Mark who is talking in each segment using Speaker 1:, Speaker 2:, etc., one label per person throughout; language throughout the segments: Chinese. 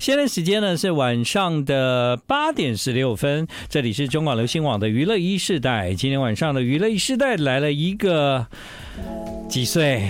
Speaker 1: 现在时间呢是晚上的八点十六分，这里是中广流行网的娱乐一世代。今天晚上的娱乐一世代来了一个几岁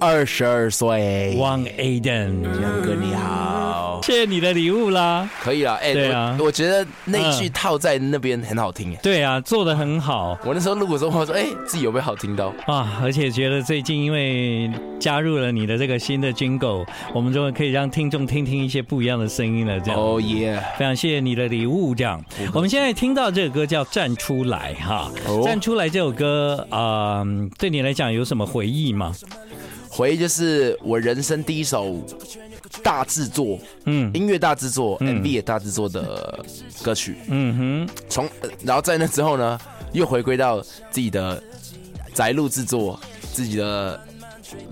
Speaker 2: 二十二岁，
Speaker 1: ？One Aiden，
Speaker 2: 杨哥你好，
Speaker 1: 谢谢你的礼物啦。
Speaker 2: 可以了，哎、
Speaker 1: 对啊
Speaker 2: 我我觉得那句套在那边很好听哎、
Speaker 1: 对啊，做的很好
Speaker 2: 我那时候录的时候，我说哎、自己有没有好听到？
Speaker 1: 啊，而且觉得最近因为加入了你的这个新的 Jingle，我们终于可以让听众听听一些不一样的声音了。这样
Speaker 2: 哦耶，
Speaker 1: 非常谢谢你的礼物，这样。我们现在听到这个歌叫《站出来》哈，
Speaker 2: 哦
Speaker 1: 站出来》这首歌啊、嗯对你来讲有什么回忆吗？
Speaker 2: 回忆就是我人生第一首大制作，
Speaker 1: 嗯
Speaker 2: 音乐大制作、m v 也大制作的歌曲。
Speaker 1: 嗯
Speaker 2: 从、呃然后在那之后呢，又回归到自己的宅路制作，自己的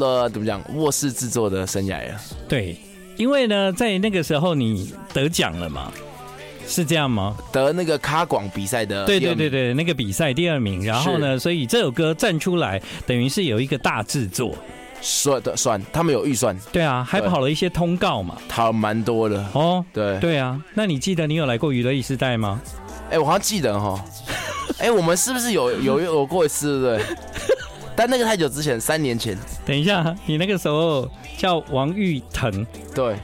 Speaker 2: 呃怎么讲卧室制作的生涯啊了。
Speaker 1: 哼，对，因为呢，在那个时候你得奖了嘛，是这样吗？
Speaker 2: 得那个咖广比赛的
Speaker 1: 对
Speaker 2: 呃第
Speaker 1: 对
Speaker 2: 二
Speaker 1: 对
Speaker 2: 名，
Speaker 1: 对，那个比赛第二名，然后呢，所以这首歌站出来，等于是有一个大制作，
Speaker 2: 算的算，他们有预算，
Speaker 1: 对啊，还
Speaker 2: 对
Speaker 1: 跑了一些通告嘛，
Speaker 2: 他蛮多的。
Speaker 1: 哦。
Speaker 2: 对，
Speaker 1: 对啊，那你记得你有来过娱乐一时代吗？
Speaker 2: 哎、我好像记 得哈，哎、我们是不是有有有过一次，对不对？但那个太久之前，三年前，
Speaker 1: 等一下，你那个时候叫王玉腾，
Speaker 2: 对，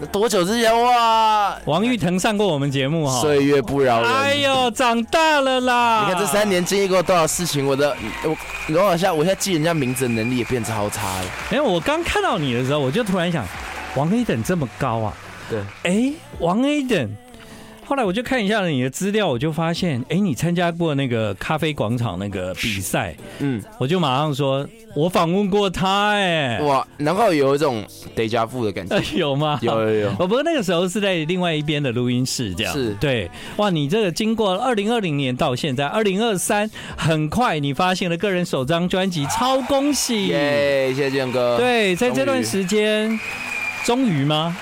Speaker 2: 那多久之前哇？
Speaker 1: 王玉腾上过我们节目哈、
Speaker 2: 岁月不饶人。
Speaker 1: 哎呦，长大了啦！
Speaker 2: 你看这三，年经历过多少事情，我的我，你等我一下，我现在记人家名字的能力也变超差了。
Speaker 1: 哎，我刚看到你的时候，我就突然想，王 A 等这么高啊？
Speaker 2: 对，
Speaker 1: 哎，王 A 等。后来我就看一下你的资料，我就发现，哎，你参加过那个咖啡广场那个比赛，
Speaker 2: 嗯，
Speaker 1: 我就马上说，我访问过他、哎，
Speaker 2: 哇，难怪有一种 deja vu 的感 觉。
Speaker 1: 哎，有吗？哦
Speaker 2: 有有有，
Speaker 1: 我不过那个时候是在另外一边的录音室，这样
Speaker 2: 是
Speaker 1: 对。哇，你这个经过二零二零年到现在二零二三，很快你发行了个人首张专辑，超恭喜！
Speaker 2: 耶，谢谢建哥。，
Speaker 1: 对，在这
Speaker 2: 终于
Speaker 1: 段时间，终于吗？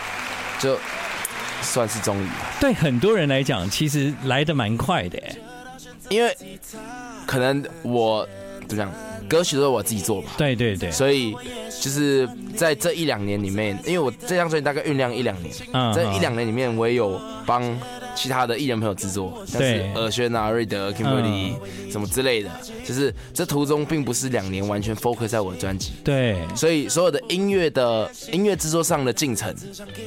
Speaker 2: 就算是终于吧。
Speaker 1: 对很多人来讲，其实来的蛮快的。哎
Speaker 2: 因为可能我怎么讲，歌曲都是我自己做嘛，
Speaker 1: 对对对，
Speaker 2: 所以就是在这一两年里面，因为我这张专辑大概酝酿一两年，
Speaker 1: 嗯
Speaker 2: 这一两年里面我也有帮其他的艺人朋友制作，像是
Speaker 1: 对嗯
Speaker 2: 尔轩啊、瑞德、Kimberly 什么之类的，就是这途中并不是两年完全 focus 在我的专辑。
Speaker 1: 对
Speaker 2: 所以所有的音乐的音乐制作上的进程，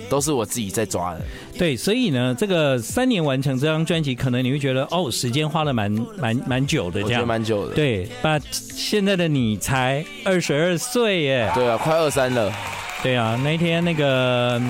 Speaker 2: 都是我自己在抓的。
Speaker 1: 对，所以呢，这个三年完成这张专辑，可能你会觉得哦，时间花了蛮蛮蛮久的这
Speaker 2: 我觉得
Speaker 1: 样。
Speaker 2: 蛮久的。
Speaker 1: 对，把现在的你才二十二岁耶。
Speaker 2: 对啊，快二三了。
Speaker 1: 对啊，那一天那个，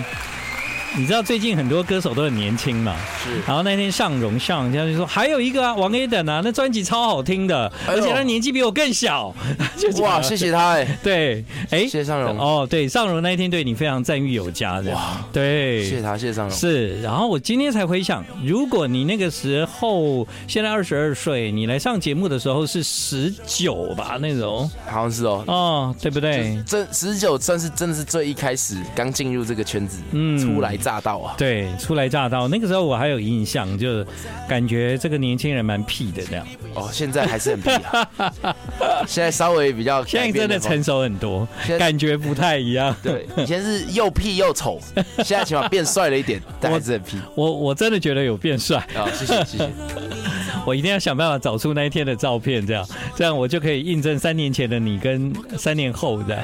Speaker 1: 你知道最近很多歌手都很年轻嘛。
Speaker 2: 是
Speaker 1: 然后那天上荣上，他就说还有一个啊，王 A 等啊，那专辑超好听的，
Speaker 2: 哎呦
Speaker 1: 而且他年纪比我更小。 就这样
Speaker 2: 哇，谢谢他哎、
Speaker 1: 对，哎
Speaker 2: 谢，谢尚荣。
Speaker 1: 哦，对，上荣那一天对你非常赞誉有加的。
Speaker 2: 哇，
Speaker 1: 对，
Speaker 2: 谢谢他，谢谢尚荣。
Speaker 1: 是，然后我今天才回想，如果你那个时候现在二十二岁，你来上节目的时候是十九吧那种，
Speaker 2: 好像是哦。
Speaker 1: 哦，对不对？
Speaker 2: 这十九算是真的是最一开始刚进入这个圈子，
Speaker 1: 嗯
Speaker 2: 初来乍到啊。
Speaker 1: 对，初来乍到，那个时候我还有印象，就感觉这个年轻人蛮屁的这样。
Speaker 2: 哦，现在还是很皮 啊，现在稍微比较
Speaker 1: 现在
Speaker 2: 改
Speaker 1: 真
Speaker 2: 变
Speaker 1: 的
Speaker 2: 了
Speaker 1: 成熟很多
Speaker 2: 现，在
Speaker 1: 感觉不太一样。
Speaker 2: 对，以前是又屁又丑，现在起码变帅了一点，但还是很 皮
Speaker 1: 我我真的觉得有变帅，
Speaker 2: 啊。谢谢谢谢，
Speaker 1: 我一定要想办法找出那一天的照片，这样这样我就可以印证三年前的你跟三年后的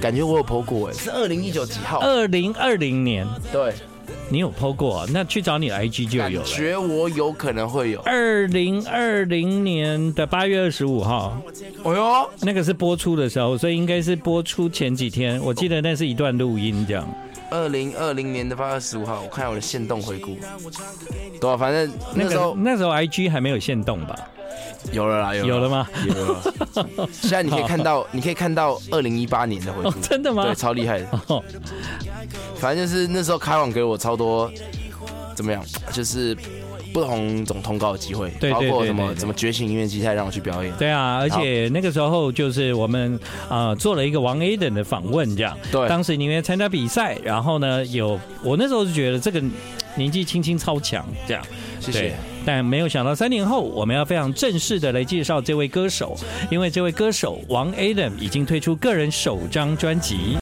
Speaker 2: 感觉我有剖过哎，是二零一九几号？
Speaker 1: 二零二零年，
Speaker 2: 对，
Speaker 1: 你有 PO 过、那去找你的 IG 就
Speaker 2: 感
Speaker 1: 有了。
Speaker 2: 觉我有可能会有。
Speaker 1: 二零二零年的八月二十五号，
Speaker 2: 哎呦，
Speaker 1: 那个是播出的时候，所以应该是播出前几天。我记得那是一段录音，这样。
Speaker 2: 二零二零年的八月十五号，我看我的线动回顾，对啊，反正
Speaker 1: 那
Speaker 2: 那时
Speaker 1: 个
Speaker 2: 候
Speaker 1: 那时候 IG 还没有限动吧？
Speaker 2: 有了啦，有
Speaker 1: 有了吗？
Speaker 2: 有了。 现在你可以看到，你可以看到二零一八年的回
Speaker 1: 哦
Speaker 2: 顾，，
Speaker 1: 真的吗
Speaker 2: 对，？超厉害的。
Speaker 1: 哦，
Speaker 2: 反正就是那时候开网给我超多，怎么样，就是不同种通告的机会，
Speaker 1: 对对
Speaker 2: 包括
Speaker 1: 对
Speaker 2: 什
Speaker 1: 对
Speaker 2: 么
Speaker 1: 对
Speaker 2: 什么觉醒音乐季，他也让我去表演，
Speaker 1: 对啊，而且那个时候就是我们呃做了一个王 A 等的访问，这样。
Speaker 2: 对
Speaker 1: 当时你因为参加比赛，然后呢有我那时候就觉得这个年纪轻轻超强，这样。
Speaker 2: 谢
Speaker 1: 对
Speaker 2: 谢。，
Speaker 1: 但没有想到三年后，我们要非常正式的来介绍这位歌手，因为这位歌手王 Adam 已经推出个人首张专辑。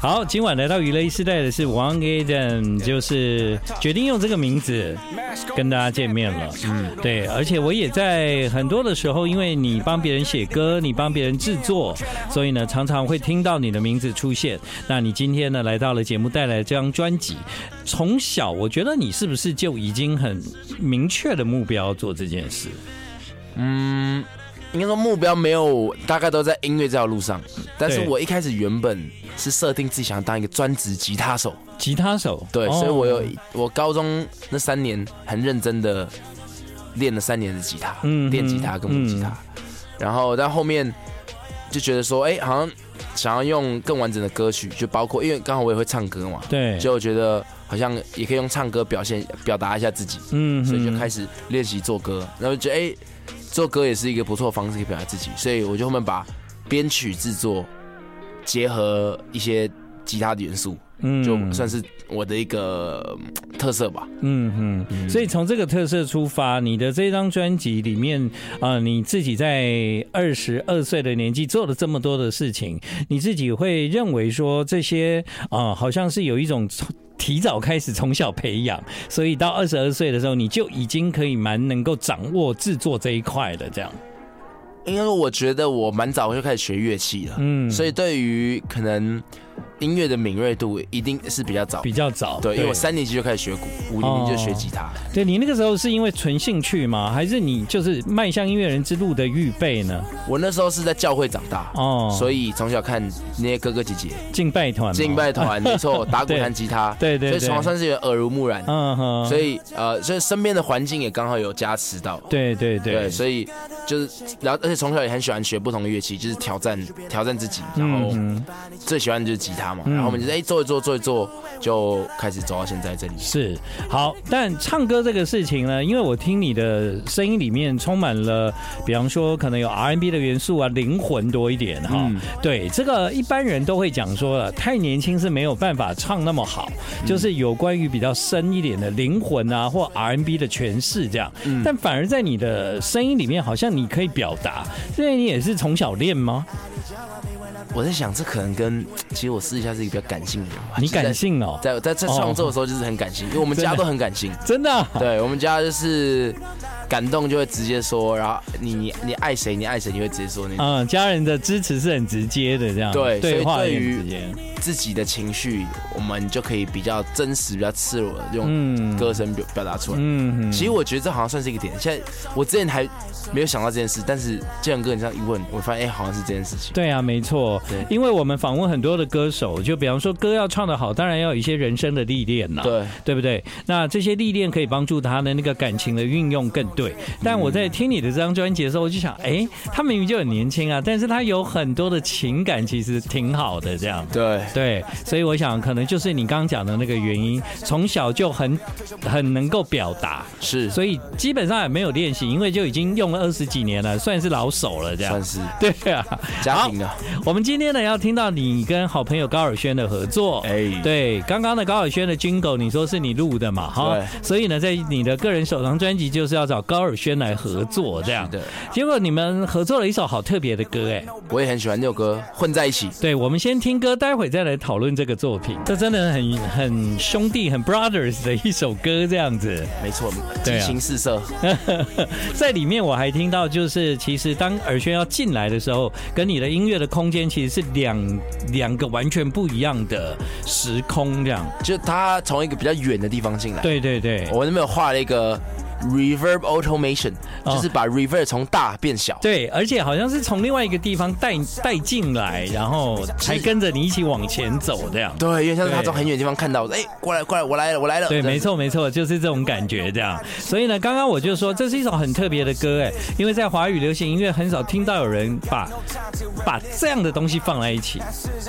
Speaker 1: 好，今晚来到娱乐一时代的是王 Adam，就是决定用这个名字跟大家见面了。嗯，对，而且我也在很多的时候，因为你帮别人写歌，你帮别人制作，所以呢，常常会听到你的名字出现。那你今天呢，来到了节目，带来这张专辑。从小，我觉得你是不是就已经很明确的目标做这件事？
Speaker 2: 嗯，应该说目标没有，大概都在音乐这条路上。但是
Speaker 1: 对
Speaker 2: 我一开始原本是设定自己想当一个专职吉他手，
Speaker 1: 吉他手，
Speaker 2: 对，
Speaker 1: 哦
Speaker 2: 所以我有我高中那三年很认真的练了三年的吉他，
Speaker 1: 嗯
Speaker 2: 电吉他跟木吉他。然后但后面就觉得说，哎、好像想要用更完整的歌曲，就包括因为刚好我也会唱歌嘛，
Speaker 1: 对，
Speaker 2: 就觉得好像也可以用唱歌表现表达一下自己。
Speaker 1: 嗯
Speaker 2: 所以就开
Speaker 1: 始
Speaker 2: 始练习做歌，然后觉得哎、做歌也是一个不错的方式可以表达自己，所以我就后面把编曲制作结合一些吉他的元素，
Speaker 1: 嗯
Speaker 2: 就算是我的一个嗯特色吧。
Speaker 1: 嗯嗯，所以从这个特色出发，你的这张专辑里面，啊，你自己在二十二岁的年纪做了这么多的事情，你自己会认为说这些啊、好像是有一种从提早开始从小培养，所以到二十二岁的时候，你就已经可以蛮能够掌握制作这一块的这样。
Speaker 2: 因为我觉得我蛮早就开始学乐器了，
Speaker 1: 嗯，
Speaker 2: 所以对于可能音乐的敏锐度一定是比较早。
Speaker 1: 比较早。
Speaker 2: 对，因为我三年级就开始学鼓，五年级就学吉他。
Speaker 1: 对你那个时候是因为纯兴趣吗？还是你就是迈向音乐人之路的预备呢？
Speaker 2: 我那时候是在教会长大，
Speaker 1: 哦，
Speaker 2: 所以从小看那些哥哥姐姐
Speaker 1: 敬拜团吗，
Speaker 2: 敬 拜团，没错，打鼓
Speaker 1: 对
Speaker 2: 弹吉他，
Speaker 1: 对对
Speaker 2: 所
Speaker 1: 对，
Speaker 2: 以床算是有耳濡目染，
Speaker 1: 嗯哼，
Speaker 2: 所以呃，所以身边的环境也刚好有加持到。
Speaker 1: 对对对，
Speaker 2: 对，所以就是，然后而且从小也很喜欢学不同的乐器，就是挑战挑战自己，然后
Speaker 1: 嗯，
Speaker 2: 最喜欢的就是吉他嘛。
Speaker 1: 嗯
Speaker 2: 然后我们就是哎、做一做做一做，就开始走到现在这里。
Speaker 1: 是好，但唱歌这个事情呢，因为我听你的声音里面充满了，比方说可能有 R&B 的元素啊，灵魂多一点哈。
Speaker 2: 嗯
Speaker 1: 对，这个一般人都会讲说了，太年轻是没有办法唱那么好，就是有关于比较深一点的灵魂啊或 R&B 的诠释这样。
Speaker 2: 嗯
Speaker 1: 但反而在你的声音里面，好像你可以表达，所以你也是从小练吗？
Speaker 2: 我在想，这可能跟其实我私底下是一个比较感性的人吧。
Speaker 1: 你
Speaker 2: 就是在
Speaker 1: 感？性哦、
Speaker 2: 在在在创作的时候就是很感性，因为我们
Speaker 1: 真
Speaker 2: 家
Speaker 1: 的
Speaker 2: 都很感性。
Speaker 1: 真的啊、
Speaker 2: 对我们家就是感动就会直接说，然后你你你爱谁你爱谁你会直接说那种。
Speaker 1: 嗯，家人的支持是很直接的，这样
Speaker 2: 对所以
Speaker 1: 啊对话
Speaker 2: 对
Speaker 1: 也很
Speaker 2: 于
Speaker 1: 直接，
Speaker 2: 自己的情绪，我们就可以比较真实、比较赤裸的用
Speaker 1: 嗯
Speaker 2: 歌声表表达出来。
Speaker 1: 嗯，
Speaker 2: 其实我觉得这好像算是一个点。现在我之前还没有想到这件事，但是建仁哥你这样一问，我发现哎、好像是这件事情。
Speaker 1: 对啊，没错
Speaker 2: 对，
Speaker 1: 因为我们访问很多的歌手，就比方说歌要唱得好，当然要有一些人生的历练呐、
Speaker 2: 对，
Speaker 1: 对不对？那这些历练可以帮助他的那个感情的运用更对。但我在听你的这张专辑的时候，我就想，哎，他明明就很年轻啊，但是他有很多的情感，其实挺好的这样。
Speaker 2: 对，
Speaker 1: 对，所以我想可能就是你刚刚讲的那个原因，从小就很很能够表达，
Speaker 2: 是
Speaker 1: 所以基本上也没有练习，因为就已经用了二十几年了，算是老手了这样
Speaker 2: 算。是
Speaker 1: 对啊，
Speaker 2: 家庭啊。
Speaker 1: 我们今天呢要听到你跟好朋友高尔轩的合作。
Speaker 2: 哎
Speaker 1: 对，刚刚的高尔轩的 Jingle，你说是你录的嘛？哈，
Speaker 2: 对
Speaker 1: 所以呢，在你的个人首张专辑就是要找高尔轩来合作这样。
Speaker 2: 是的，
Speaker 1: 结果你们合作了一首好特别的歌，哎，
Speaker 2: 我也很喜欢那首歌《混在一起》。
Speaker 1: 对，我们先听歌，待会再来讨论这个作品。这真的很很兄弟、很 brothers 的一首歌，这样子。
Speaker 2: 没错，
Speaker 1: 对
Speaker 2: 激
Speaker 1: 啊
Speaker 2: 情四射。
Speaker 1: 在里面我还听到，就是其实当尔轩要进来的时候，跟你的音乐的空间其实是两两个完全不一样的时空，这样。
Speaker 2: 就他从一个比较远的地方进来，哦
Speaker 1: 对对对，
Speaker 2: 我那边有画了一个 reverb automation，、
Speaker 1: 哦
Speaker 2: 就是把 reverb 从大变小。
Speaker 1: 对，而且好像是从另外一个地方带带进来，然后才跟着你一起往前走这样。
Speaker 2: 对，因为像是他
Speaker 1: 对
Speaker 2: 从很远的地方看到，哎、过来过来，我来了，我来了。
Speaker 1: 对，
Speaker 2: 这样
Speaker 1: 没错，没错，就是这种感觉这样。所以呢，刚刚我就说这是一首很特别的歌，哎，因为在华语流行音乐很少听到有人把把这样的东西放在一起。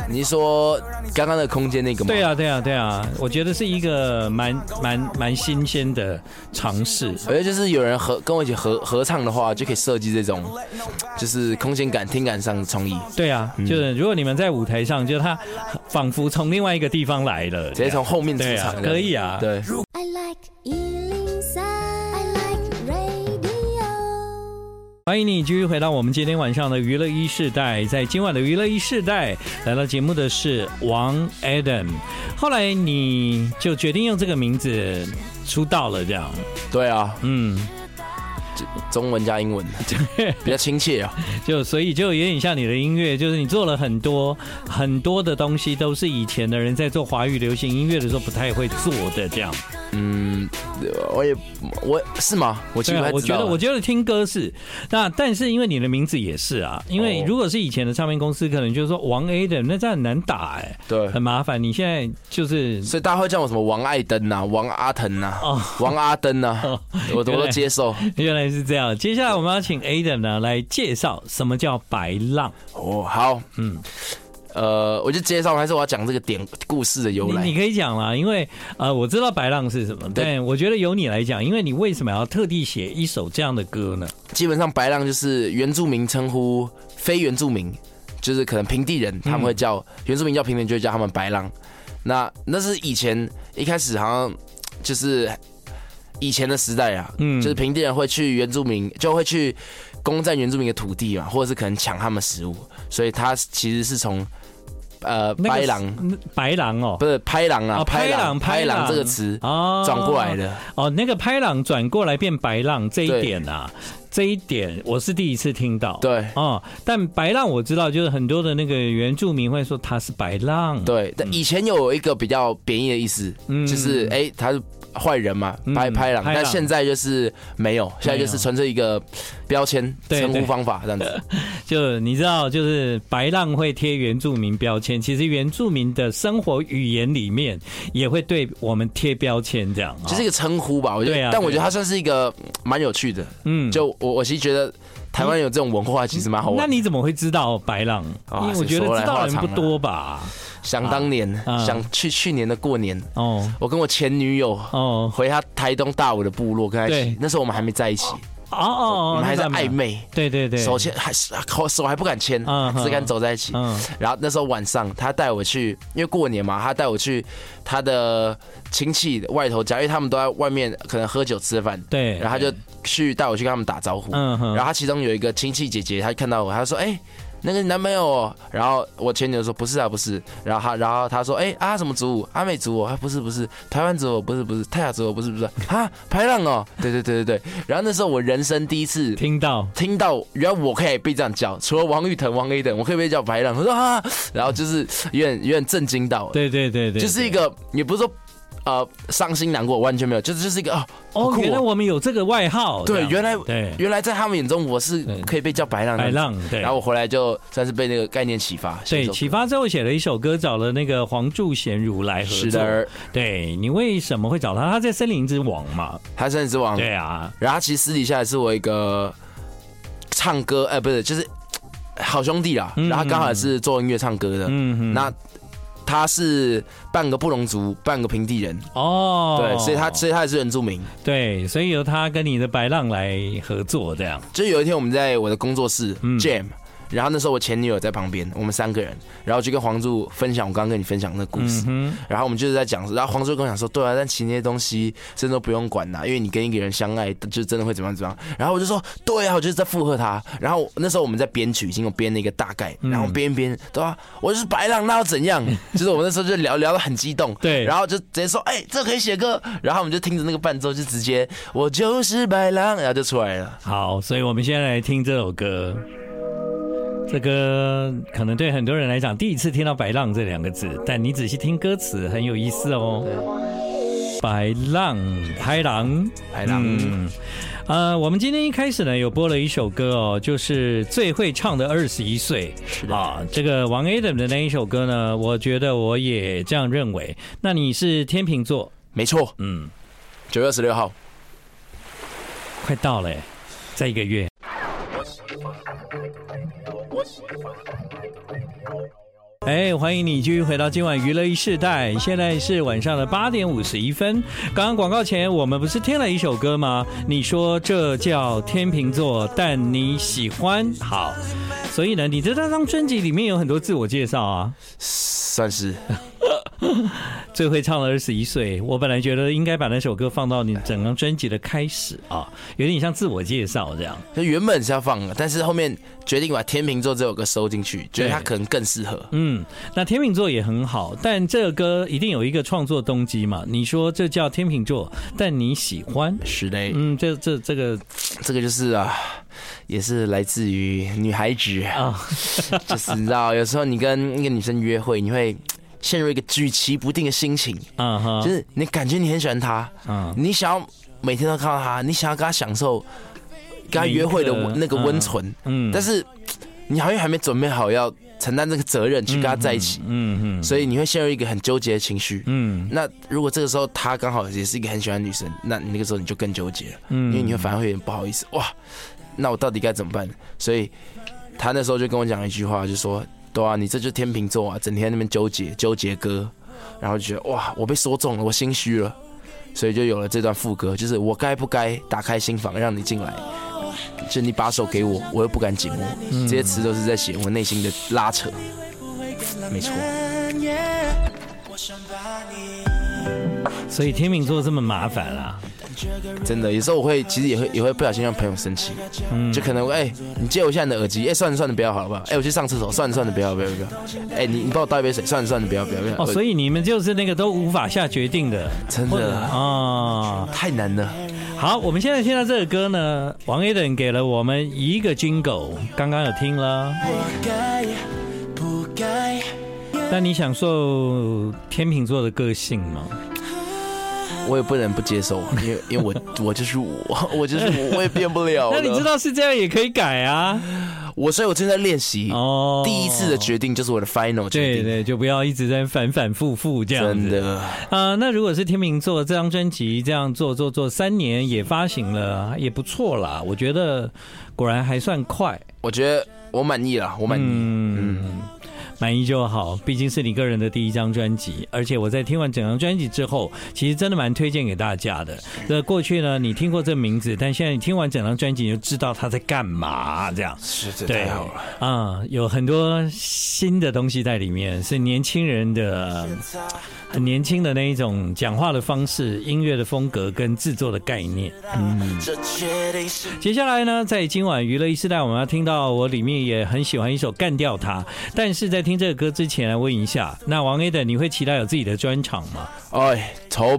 Speaker 2: 你是说刚刚的空间那个吗？
Speaker 1: 对，啊，对啊，对啊，我觉得是一个蛮蛮蛮新鲜的尝试。
Speaker 2: 我觉得就是有人合跟我一起合合唱的话，就可以设计这种就是空间感、听感上的创意，
Speaker 1: 对啊，
Speaker 2: 嗯
Speaker 1: 就是如果你们在舞台上，就他仿佛从另外一个地方来了，
Speaker 2: 直接从后面出
Speaker 1: 对啊
Speaker 2: 场、，
Speaker 1: 可以啊，
Speaker 2: 对，
Speaker 3: I like Ealing Sound. I like radio.
Speaker 1: 欢迎你继续回到我们今天晚上的娱乐一世代，在今晚的娱乐一世代来到节目的是王 Adam，后来你就决定用这个名字出道了，这样，
Speaker 2: 对啊，
Speaker 1: 嗯，
Speaker 2: 中文加英文 比较亲切啊。
Speaker 1: 就所以就有点像你的音乐，就是你做了很多很多的东西，都是以前的人在做华语流行音乐的时候不太会做的这 样。
Speaker 2: 嗯，我也我是吗？我其
Speaker 1: 对
Speaker 2: 实不
Speaker 1: 啊
Speaker 2: 太，
Speaker 1: 我
Speaker 2: 知
Speaker 1: 觉
Speaker 2: 道
Speaker 1: 得
Speaker 2: 了
Speaker 1: 我觉得听歌是那，但是因为你的名字也是啊，因为
Speaker 2: 哦
Speaker 1: 如果是以前的唱片公司，可能就是说王 A 的，那这样很难打哎、很
Speaker 2: 对，
Speaker 1: 麻烦。你现在 就是
Speaker 2: 所以大家会叫我什么王爱登呐、王阿腾呐、
Speaker 1: 哦
Speaker 2: 王阿登呐、我我都接受。
Speaker 1: 原来是这样。接下来我们要请 Adam 呢来介绍什么叫白浪。
Speaker 2: 哦，好，
Speaker 1: 嗯
Speaker 2: 嗯，呃，我就介绍，还是我要讲这个典故事的由
Speaker 1: 你
Speaker 2: 来
Speaker 1: 你。可以讲啦，因为呃我知道白浪是什么，
Speaker 2: 对
Speaker 1: 但我觉得由你来讲，因为你为什么要特地写一首这样的歌呢？
Speaker 2: 基本上白浪就是原住民称呼非原住民，就是可能平地人，他们会叫、原住民叫平民，就会叫他们白浪。那那是以前一开始好像就是以前的时代啊，
Speaker 1: 嗯
Speaker 2: 就是平地人会去原住民，就会去攻占原住民的土地嘛，或者是可能抢他们食物，所以他其实是从呃
Speaker 1: 那个
Speaker 2: 白
Speaker 1: 是
Speaker 2: 狼。
Speaker 1: 嗯白狼哦
Speaker 2: 不。是拍狼啊，
Speaker 1: 哦拍狼拍
Speaker 2: 拍狼
Speaker 1: 狼
Speaker 2: 这个词
Speaker 1: 哦
Speaker 2: 转过来的，
Speaker 1: 哦，那个拍浪转过来变白浪这一
Speaker 2: 对
Speaker 1: 点啊，这一点我是第一次听到。
Speaker 2: 对
Speaker 1: 哦，但白浪我知道，就是很多的那个原住民会说他是白浪。
Speaker 2: 对。但以前有一个比较贬义的意思，
Speaker 1: 嗯
Speaker 2: 就是哎、他是坏人嘛，拍拍狼。
Speaker 1: 拍狼
Speaker 2: 但现在就是没有，现在就是纯粹一个标签
Speaker 1: 对
Speaker 2: 称
Speaker 1: 对
Speaker 2: 呼方法这样子。
Speaker 1: 就你知道，就是白浪会贴原住民标签，其实原住民的生活语言里面也会对我们贴标签，这样。
Speaker 2: 就是
Speaker 1: 哦
Speaker 2: 一个称呼吧，我觉
Speaker 1: 对啊
Speaker 2: 得，但我
Speaker 1: 对
Speaker 2: 觉得
Speaker 1: 啊
Speaker 2: 它算是一个嗯蛮有趣的。
Speaker 1: 嗯
Speaker 2: 就我我其实觉得台湾有这种文化，其实蛮好
Speaker 1: 那
Speaker 2: 玩。
Speaker 1: 你怎么会知道白浪？
Speaker 2: 啊
Speaker 1: 因为我觉得
Speaker 2: 说来
Speaker 1: 知道
Speaker 2: 话
Speaker 1: 人
Speaker 2: 长
Speaker 1: 不
Speaker 2: 啊
Speaker 1: 多吧。
Speaker 2: 想当年
Speaker 1: 啊，
Speaker 2: 想去去年的过年，
Speaker 1: 哦
Speaker 2: 我跟我前女友
Speaker 1: 哦
Speaker 2: 回她台东大武的部落，跟她一
Speaker 1: 对
Speaker 2: 起。那时候我们还没在一起，
Speaker 1: 哦哦，
Speaker 2: 我们还在
Speaker 1: 那干嘛
Speaker 2: 暧。昧。
Speaker 1: 对对对，
Speaker 2: 手牵还是口手还不敢牵
Speaker 1: 嗯，
Speaker 2: 只敢走在一起。
Speaker 1: 嗯
Speaker 2: 然后那时候晚上，他带我去，因为过年嘛，他带我去他的亲戚外头家，因为他们都在外面可能喝酒吃饭。
Speaker 1: 对
Speaker 2: 然后他就去带我去跟他们打招呼。
Speaker 1: 嗯哼
Speaker 2: 然后他其中有一个亲戚姐姐，她看到我，她说：“哎、那个你男朋友、哦。”然后我前女友说：“不是啊，不是。”然后她，然后她说：“哎、啊什么族我？阿美族我？啊不是不是，台湾族我？不是不是， 泰雅族我？不是不是，啊排浪哦，对对对对对。”然后那时候我人生第一次
Speaker 1: 听到。
Speaker 2: 听到原来我可以被这样叫，除了王玉腾、王 A 等，我可以被叫白浪。我说啊，然后就是有点有点震惊到，
Speaker 1: 对对对对，
Speaker 2: 就是一个也不是说呃伤心难过，完全没有，就是就是一个哦，好
Speaker 1: 哦，
Speaker 2: 酷
Speaker 1: 原来
Speaker 2: 哦
Speaker 1: 我们有这个外号。这
Speaker 2: 对，
Speaker 1: 样
Speaker 2: 原来
Speaker 1: 对
Speaker 2: 原来在他们眼中我是可以被叫白浪的，
Speaker 1: 白浪对
Speaker 2: 然后我回来就算是被那个概念启发，
Speaker 1: 对
Speaker 2: 写一首
Speaker 1: 启发之后写了一首歌，找了那个黄祝贤如来合作。
Speaker 2: 是的，
Speaker 1: 对你为什么会找他？他在《森林之王》嘛。
Speaker 2: 他甚至王，
Speaker 1: 对啊，
Speaker 2: 然后他其实私底下也是我一个唱歌，哎、不是，就是好兄弟啦。
Speaker 1: 嗯
Speaker 2: 然后他刚好也是做音乐唱歌的，
Speaker 1: 嗯哼
Speaker 2: 那他是半个布农族，半个平地人，
Speaker 1: 哦，
Speaker 2: 对，所以他所以他也是原住民。
Speaker 1: 对，所以由他跟你的白浪来合作这样。
Speaker 2: 就有一天我们在我的工作室、
Speaker 1: 嗯
Speaker 2: jam，然后那时候我前女友在旁边，我们三个人，然后就跟黄柱分享我刚刚跟你分享的故事。
Speaker 1: 嗯
Speaker 2: 然后我们就是在讲，然后黄叔跟我讲说，对啊，但其实那些东西真的不用管呐、因为你跟一个人相爱，就真的会怎么样怎么样。然后我就说，对啊，我就是在附和他。然后那时候我们在编曲，已经有编了一个大概，然后编一编，对啊，我就是白浪，那又怎样？就是我们那时候就聊聊得很激动，
Speaker 1: 对
Speaker 2: 然后就直接说，哎、这可以写歌。然后我们就听着那个伴奏，就直接我就是白浪，然后就出来了。
Speaker 1: 哼，好，所以我们现在来听这首歌。这歌可能对很多人来讲，第一次听到“白浪”这两个字，但你仔细听歌词，很有意思哦。白浪海浪。
Speaker 2: 海浪，
Speaker 1: 嗯，呃，我们今天一开始呢，有播了一首歌哦，就是最会唱的二十一岁
Speaker 2: 是的
Speaker 1: 啊。这个王 Adam 的那一首歌呢，我觉得我也这样认为。那你是天秤座，
Speaker 2: 没错，
Speaker 1: 嗯，
Speaker 2: 九月二十六号，
Speaker 1: 快到了耶，再一个月。哎，欢迎你继续回到今晚娱乐一世代，现在是晚上的八点五十一分。刚刚广告前我们不是听了一首歌吗？你说这叫天秤座，但你喜欢好，所以呢，你这张专辑里面有很多自我介绍啊。
Speaker 2: 算是
Speaker 1: 最会唱了二十一岁，我本来觉得应该把那首歌放到你整张专辑的开始啊，有点像自我介绍这样。
Speaker 2: 就原本是要放的，但是后面决定把天秤座这首歌收进去，觉得它
Speaker 1: 对
Speaker 2: 可能更适合。
Speaker 1: 嗯，那天秤座也很好，但这个歌一定有一个创作动机嘛？你说这叫天秤座，但你喜欢？
Speaker 2: 是的，
Speaker 1: 嗯，这这这个
Speaker 2: 这个就是啊，也是来自于女孩子，
Speaker 1: 啊，
Speaker 2: 就是你知道，有时候你跟一个女生约会，你会陷入一个举棋不定的心情，
Speaker 1: 啊哈
Speaker 2: 就，是你感觉你很喜欢她，
Speaker 1: 嗯，
Speaker 2: 你想要每天都看到她，你想要跟她享受跟她约会的温
Speaker 1: 每一
Speaker 2: 那
Speaker 1: 刻啊
Speaker 2: 个温存，
Speaker 1: 嗯
Speaker 2: 但是你好像还没准备好要承担这个责任去跟她在一起，
Speaker 1: 嗯嗯
Speaker 2: 所以你会陷入一个很纠结的情绪。
Speaker 1: 嗯
Speaker 2: 那如果这个时候她刚好也是一个很喜欢的女生，那你那个时候你就更纠结了。
Speaker 1: 嗯，
Speaker 2: 因为你会反而会有点不好意思，哇，那我到底该怎么办？所以他那时候就跟我讲了一句话，就说：“对啊，你这就是天秤座啊，整天在那边纠结纠结哥。”然后就觉得哇，我被说中了，我心虚了，所以就有了这段副歌，就是我该不该打开心房让你进来？
Speaker 1: 嗯
Speaker 2: 就你把手给我，我又不敢紧握，这些词都是在写我内心的拉扯，没错。
Speaker 1: 嗯所以天秤座这么麻烦啦、
Speaker 2: 真的，有时候我会，其实也会也会不小心让朋友生气，
Speaker 1: 嗯
Speaker 2: 就可能哎、你借我一下你的耳机，哎、算了算了，不要好了不好？哎、我去上厕所，算了算了，不要不要不要，哎、你你帮我倒一杯水，算了算了，不要不要不要，
Speaker 1: 哦，所
Speaker 2: 以
Speaker 1: 以你们就是那个都无法下决定的
Speaker 2: 真的
Speaker 1: 啊。
Speaker 2: 太难了，
Speaker 1: 好，我们现在听到这个歌呢，王 A 等给了我们一个 jingle，刚刚有听了。那你享受天秤座的个性吗？
Speaker 2: 我也不能不接受，因为因为我我就是我， 我就是 我，我也变不了了。
Speaker 1: 那你知道是这样也可以改啊。
Speaker 2: 我，所以我正在练习。
Speaker 1: 哦，
Speaker 2: 第一次的决定就是我的 final 决
Speaker 1: 对
Speaker 2: 定，
Speaker 1: 对，就不要一直在反反复复这样
Speaker 2: 真
Speaker 1: 子。
Speaker 2: 的
Speaker 1: 啊、那如果是天秤座这张专辑这样做做做三年也发行了，也不错啦。我觉得果然还算快。
Speaker 2: 我觉得我满意了，我满意。
Speaker 1: 嗯，满意就好，毕竟是你个人的第一张专辑，而且我在听完整张专辑之后，其实真的蛮推荐给大家的。这过去呢，你听过这名字，但现在你听完整张专辑，你就知道他在干嘛，这样。
Speaker 2: 是这
Speaker 1: 对，
Speaker 2: 太好了，
Speaker 1: 啊、有很多新的东西在里面，是年轻人的很年轻的那一种讲话的方式、音乐的风格跟制作的概念。
Speaker 4: 这决定是
Speaker 1: 接下来呢，在今晚娱乐一时代，我们要听到我里面也很喜欢一首《干掉他》，但是在听这个歌之前，来啊问一下，那王 A 的你会期待有自己的专场吗？
Speaker 2: 哎，筹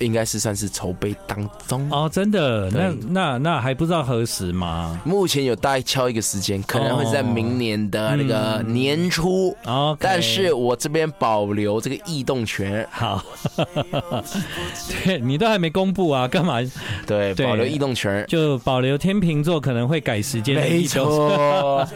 Speaker 2: 应该是算是筹备当中。
Speaker 1: 哦，真的，那
Speaker 2: 对
Speaker 1: 那那还不知道何时吗？
Speaker 2: 目前有大概敲一个时间，可能会在明年的那个年初。
Speaker 1: 哦，
Speaker 2: 但是我这边保留这个异动权，
Speaker 1: 好， 对你都还没公布啊，干嘛
Speaker 2: 对，
Speaker 1: 对
Speaker 2: 保留异动权，
Speaker 1: 就保留天秤座可能会改时间的一
Speaker 2: 没
Speaker 1: 周？
Speaker 2: 错，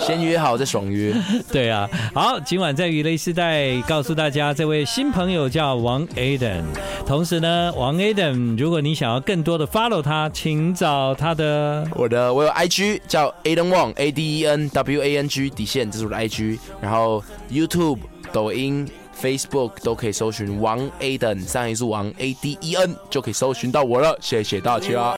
Speaker 2: 先约好再爽约，
Speaker 1: 对啊，好，今晚在娱乐时代告诉大家，这位新朋友叫王 Adam。同时呢，王 Adam，如果你想要更多的 follow 他，请找他的。
Speaker 2: 我的我有 IG 叫 Aden Wang A D E N W A N G 底线，这是我的 IG，然后 YouTube、抖音、Facebook 都可以搜寻王 Aden，上一是王 A D E N 就可以搜寻到我了，谢谢大家。